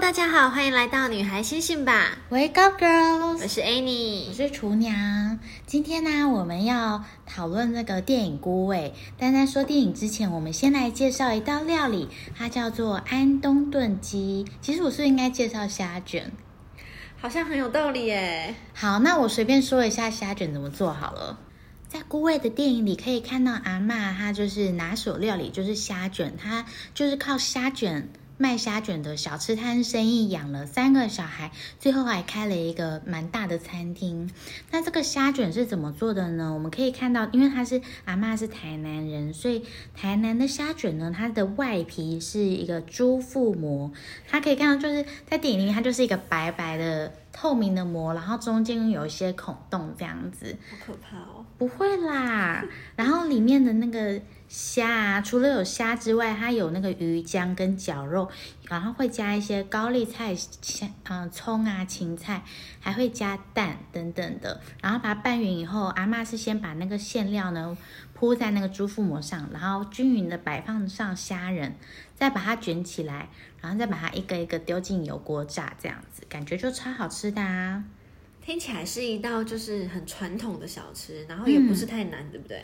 大家好，欢迎来到女孩星星吧， Wake up, 我 girls！是我 Annie。是厨娘。今天呢，我们要讨论那个电影《孤味》。但在说电影之前，我们先来介绍一道料理，它叫做安东炖鸡。其实我是应该介绍虾卷。好像很有道理耶。好，那我随便说一下虾卷怎么做好了。在《孤味》的电影里可以看到阿嬷她就是拿手料理就是虾卷，她就是靠虾卷卖虾卷的小吃摊生意养了三个小孩，最后还开了一个蛮大的餐厅。那这个虾卷是怎么做的呢？我们可以看到，因为她是阿嬷是台南人，所以台南的虾卷呢，它的外皮是一个猪腹膜，它可以看到就是在电影里它就是一个白白的透明的膜，然后中间有一些孔洞这样子。好可怕哦！不会啦，然后里面的那个虾、啊，除了有虾之外，它有那个鱼浆跟绞肉，然后会加一些高丽菜、香嗯、葱啊、芹菜，还会加蛋等等的。然后把它拌匀以后，阿嬷是先把那个馅料呢铺在那个猪腹膜上，然后均匀的摆放上虾仁，再把它卷起来，然后再把它一个一个丢进油锅炸，这样子感觉就超好吃的啊。听起来是一道就是很传统的小吃，然后也不是太难，对不对？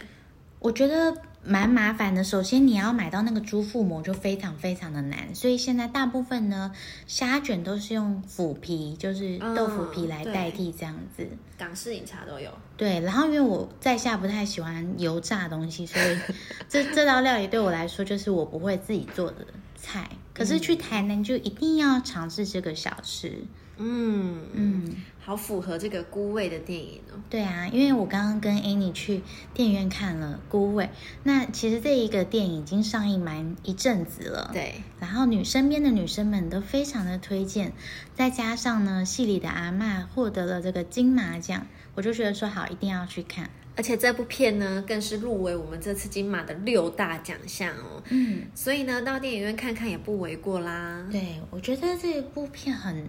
我觉得蛮麻烦的。首先，你要买到那个猪腹膜就非常非常的难，所以现在大部分呢，虾卷都是用腐皮，就是嗯豆腐皮来对代替这样子。港式饮茶都有。对，然后因为我在下不太喜欢油炸的东西，所以 这这道料理对我来说就是我不会自己做的菜。可是去台南就一定要尝试这个小吃。嗯嗯，好符合这个孤味的电影哦。对啊，因为我刚刚跟 Annie 去电影院看了《孤味》，那其实这一个电影已经上映蛮一阵子了。对，然后女身边的女生们都非常的推荐，再加上呢，戏里的阿嬷获得了这个金马奖，我就觉得说好，一定要去看。而且这部片呢，更是入围我们这次金马的六大奖项哦。嗯，所以呢，到电影院看看也不为过啦。对，我觉得这部片很，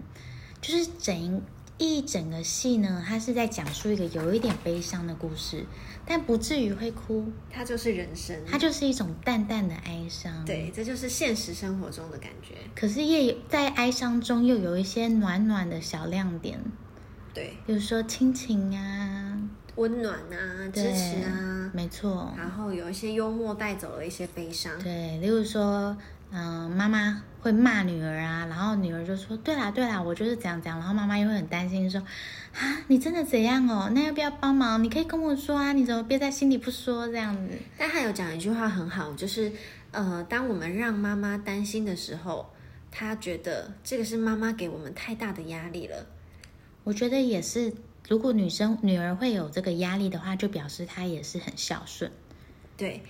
就是整一一整个戏呢，它是在讲述一个有一点悲伤的故事，但不至于会哭，它就是人生，它就是一种淡淡的哀伤。。对，这就是现实生活中的感觉。可是也有在哀伤中又有一些暖暖的小亮点，对，比如说亲情啊，温暖啊，支对持啊，没错。然后有一些幽默带走了一些悲伤。对，例如说，嗯、妈妈会骂女儿啊，然后女儿就说：“对啦，对啦，我就是怎样怎样。”然后妈妈又会很担心说：“啊，你真的怎样哦？那要不要帮忙？你可以跟我说啊，你怎么憋在心里不说这样子但他有讲一句话很好，就是呃，当我们让妈妈担心的时候，她觉得这个是妈妈给我们太大的压力了。？”我觉得也是，如果女生女儿会有这个压力的话，就表示她也是很孝顺。对，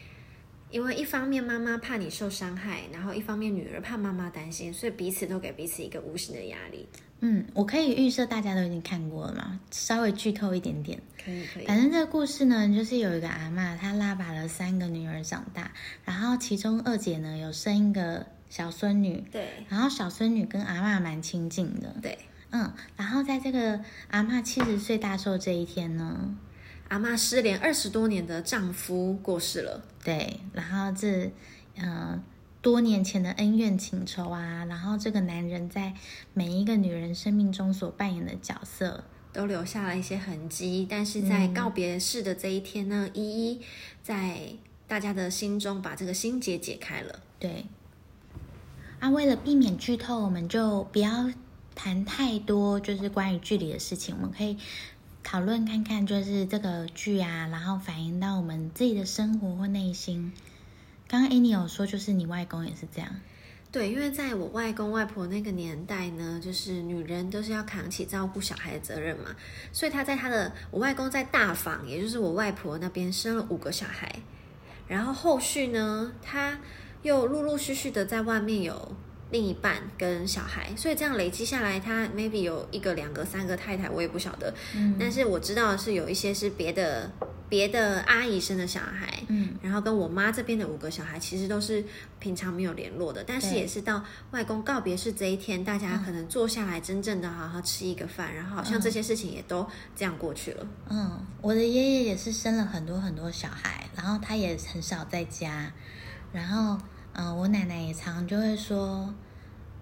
因为一方面妈妈怕你受伤害，然后一方面女儿怕妈妈担心，所以彼此都给彼此一个无形的压力。嗯，我可以预设大家都已经看过了嘛，稍微剧透一点点。可以可以，反正这个故事呢，就是有一个阿嬷，她拉拔了三个女儿长大，然后其中二姐呢有生一个小孙女，对然后小孙女跟阿嬷蛮亲近的，对，嗯，然后在这个阿嬷七十岁大寿这一天呢，阿妈失联二十多年的丈夫过世了。对，然后这，呃，多年前的恩怨情仇啊，然后这个男人在每一个女人生命中所扮演的角色，都留下了一些痕迹，但是在告别式的这一天呢，一一在大家的心中把这个心结解开了。对。啊，为了避免剧透，我们就不要谈太多，就是关于剧里的事情。我们可以讨论看看，就是这个剧啊，然后反映到我们自己的生活或内心。刚刚 Annie 有说，就是你外公也是这样，对，因为在我外公外婆那个年代呢，就是女人都是要扛起照顾小孩的责任嘛，所以他在他的我外公在大房，也就是我外婆那边生了五个小孩，然后后续呢，他又陆陆续续的在外面有另一半跟小孩，所以这样累积下来，他 maybe 有一个、两个、三个太太，我也不晓得，嗯但是我知道的是有一些是别的别的阿姨生的小孩，嗯，然后跟我妈这边的五个小孩其实都是平常没有联络的，但是对嗯也是到外公告别式这一天，大家可能坐下来真正的好好吃一个饭，然后好像这些事情也都这样过去了。嗯，我的爷爷也是生了很多很多小孩，然后他也呃很少在家，然后，嗯、我奶奶也常就会说，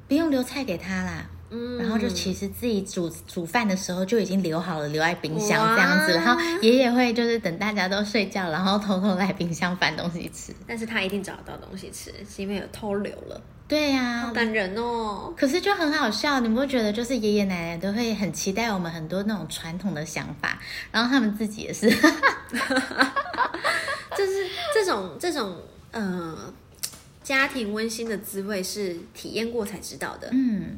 不用留菜给他啦。嗯，然后就其实自己煮煮饭的时候就已经留好了，留在冰箱哇这样子。然后爷爷会就是等大家都睡觉，然后偷偷来冰箱翻东西吃。但是他一定找得到东西吃，是因为有偷留了，对呀、好感人哦。可是就很好笑，你不觉得就是爷爷奶奶都会很期待我们很多那种传统的想法，然后他们自己也是，就是这种这种呃家庭温馨的滋味是体验过才知道的。嗯。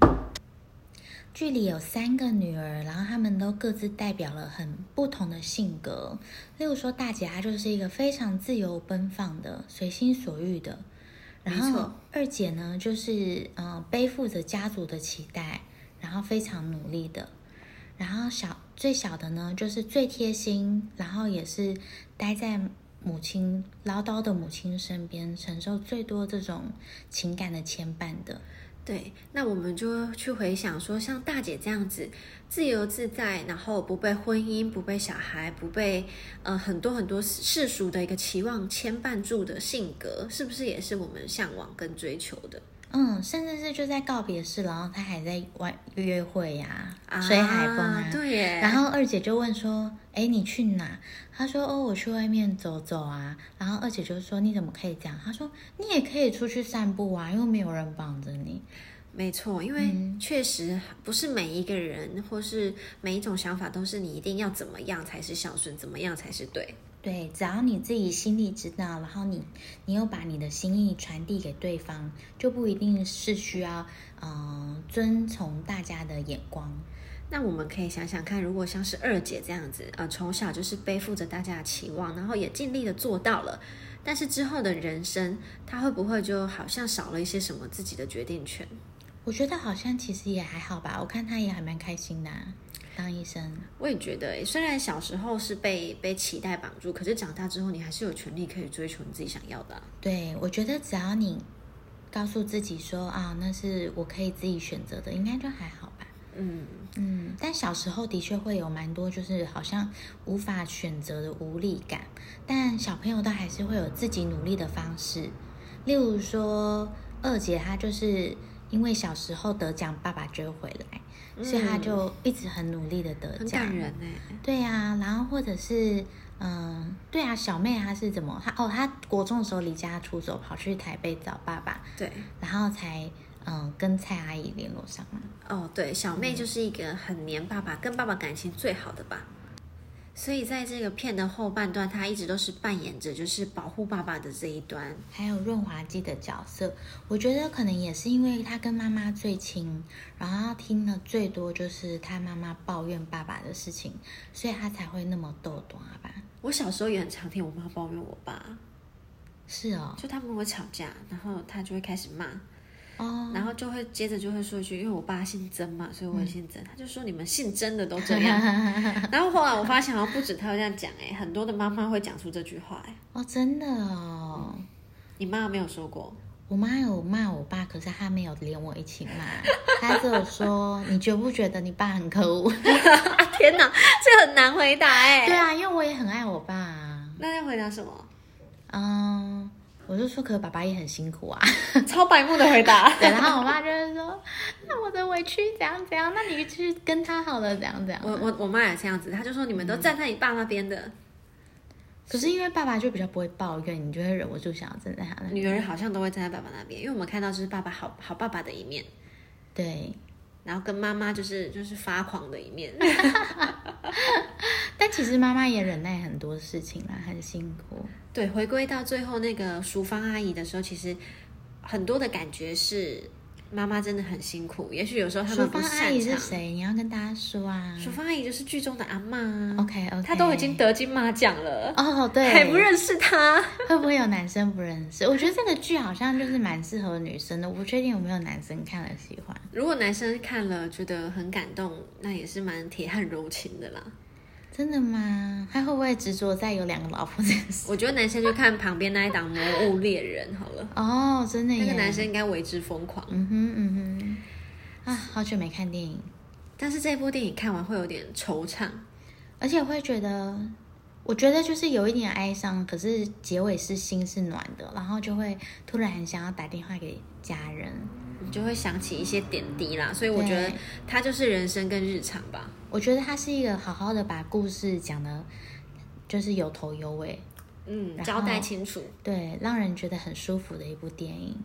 剧里有三个女儿，然后她们都各自代表了很不同的性格。例如说，大姐她就是一个非常自由奔放的、随心所欲的，然没后错二姐呢，就是呃背负着家族的期待，然后非常努力的。然后小最小的呢，就是最贴心，然后也是待在母亲唠叨的母亲身边，承受最多这种情感的牵绊的。对，那我们就去回想说，像大姐这样子自由自在，然后不被婚姻、不被小孩、不被呃很多很多世俗的一个期望牵绊住的性格，是不是也是我们向往跟追求的？嗯，甚至是就在告别式，然后他还在玩约会呀、啊吹海风啊。对耶。然后二姐就问说：“哎，你去哪？”她说：“哦，我去外面走走啊。”然后二姐就说：“你怎么可以这样？”她说：“你也可以出去散步啊，又没有人绑着你。没错，因为嗯确实不是每一个人或是每一种想法都是你一定要怎么样才是孝顺，怎么样才是对。对，只要你自己心里知道，然后你你又把你的心意传递给对方，就不一定是需要呃遵从大家的眼光。那我们可以想想看，如果像是二姐这样子，呃，从小就是背负着大家的期望，然后也尽力的做到了，但是之后的人生，她会不会就好像少了一些什么自己的决定权？我觉得好像其实也还好吧，我看她也还蛮开心的、啊，当医生。我也觉得欸、虽然小时候是被被期待绑住，可是长大之后，你还是有权利可以追求你自己想要的啊、对，我觉得只要你告诉自己说啊，那是我可以自己选择的，应该就还好吧。嗯，嗯，但小时候的确会有蛮多，就是好像无法选择的无力感。但小朋友都还是会有自己努力的方式，例如说二姐她就是因为小时候得奖，爸爸追回来，所以她嗯就一直很努力的得很奖。感人哎、对啊，然后或者是，嗯，对啊，小妹她是怎么？她哦，她国中的时候离家出走，跑去台北找爸爸，对。然后才嗯跟蔡阿姨联络上嘛。哦，对，小妹就是一个很黏爸爸、跟爸爸感情最好的吧。所以在这个片的后半段，她一直都是扮演着就是保护爸爸的这一端。还有润滑剂的角色，我觉得可能也是因为她跟妈妈最亲，然后她听的最多就是她妈妈抱怨爸爸的事情，所以她才会那么逗短吧？我小时候也很常听我妈抱怨我爸，是哦，就他们会吵架，然后她就会开始骂，哦，然后就会接着就会说一句，因为我爸姓曾嘛，所以我也姓曾，她就说你们姓曾的都这样。 然后后来我发现好像不止她会这样讲、哎，很多的妈妈会讲出这句话、哎， 哦，真的哦。你妈没有说过？我妈有骂我爸，可是她没有连我一起骂，她只有说：“你觉不觉得你爸很可恶啊天哪，这很难回答、？”对哎，啊，因为我也很爱我爸啊。那要回答什么？嗯，我就说，可是爸爸也很辛 苦啊。超白目的回答。对，然后我爸就会说：“那我的委屈怎样怎样，那你去跟他好了，怎样怎样。啊我我我妈也这样子，她就说你们都站在你爸那边的，”可是因为爸爸就比较不会抱怨，你就会忍不住想要站在他那里。女儿好像都会站在爸爸那边，因为我们看到就是爸爸好好爸爸的一面，对，然后跟妈妈就是就是发狂的一面。但其实妈妈也忍耐很多事情啦，很辛苦。对，回归到最后那个淑芳阿姨的时候，其实很多的感觉是妈妈真的很辛苦，也许有时候他淑们不芳阿姨擅是长。谁？你要跟大家说啊。淑芳阿姨就是剧中的阿妈、啊 OK OK，她都已经得金马奖了，哦，对，还不认识她。 会不会有男生不认识？我觉得这个剧好像就是蛮适合女生的，我不确定有没有男生看了喜欢。如果男生看了觉得很感动，那也是蛮铁汉柔情的啦。真的吗？他会不会执着在有两个老婆这件事？我觉得男生就看旁边那一档《魔物猎人》好了， 哦，真的耶！那个男生，应该为之疯狂。嗯哼嗯哼，啊，好久没看电影，但是这部电影看完会有点惆怅，而且会觉得，我觉得就是有一点哀伤，可是结尾是心是暖的，然后就会突然想要打电话给家人，你就会想起一些点滴啦。所以我觉得对它就是人生跟日常吧。我觉得他是一个好好的把故事讲的，就是有头有尾，嗯，然后交代清楚。对，让人觉得很舒服的一部电影。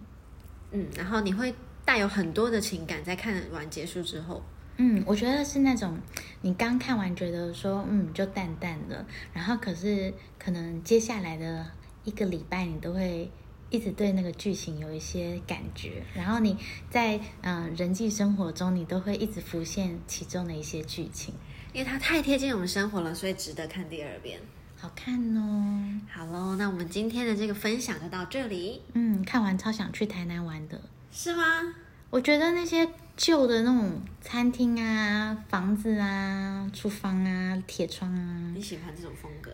嗯，然后你会带有很多的情感，在看完结束之后。嗯，我觉得是那种你刚看完觉得说嗯就淡淡的，然后可是可能接下来的一个礼拜你都会一直对那个剧情有一些感觉，然后你在嗯、呃人际生活中你都会一直浮现其中的一些剧情，因为它太贴近我们生活了，所以值得看第二遍。好看哦。好喽，那我们今天的这个分享就到这里，嗯，看完超想去台南玩的。是吗？我觉得那些旧的那种餐厅啊、房子啊、厨房啊、铁窗啊，你喜欢这种风格？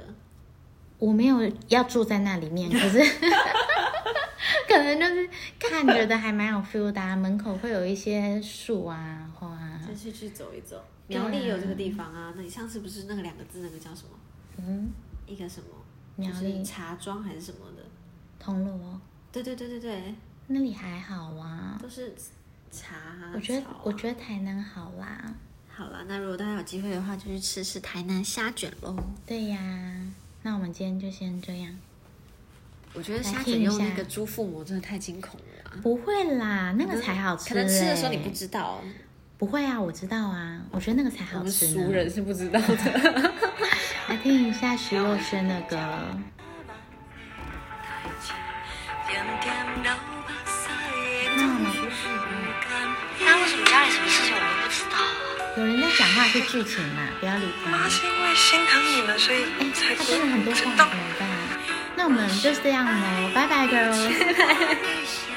我没有要住在那里面，可是 可能就是看觉得还蛮有 feel 的、啊，门口会有一些树啊、花啊，再去去走一走。对啊苗栗有这个地方啊，那你上次不是那个两个字那个叫什么？嗯，一个什么？苗栗就是茶庄还是什么的？铜锣对对对对对，那里还好啊。都是茶啊、我觉得草啊我觉得台南好啊啦，好了，那如果大家有机会的话，就去吃吃台南虾卷喽。对呀、那我们今天就先这样。我觉得来虾听卷一用那下个猪腹膜真的太惊恐了啊、不会啦，那个才好吃、欸。可能吃的时候你不知道，不会啊，我知道啊，我觉得那个才我好们吃呢。熟人是不知道的。 来听一下徐若瑄的歌。那我们那嗯为什么家里什么事情我们不知道啊？有人在讲话是剧情嘛，不要理他妈。是因为心疼你们，所以哎，才他不真的很多话啊知怎道。么办？那我们就是这样喽，拜拜，girls。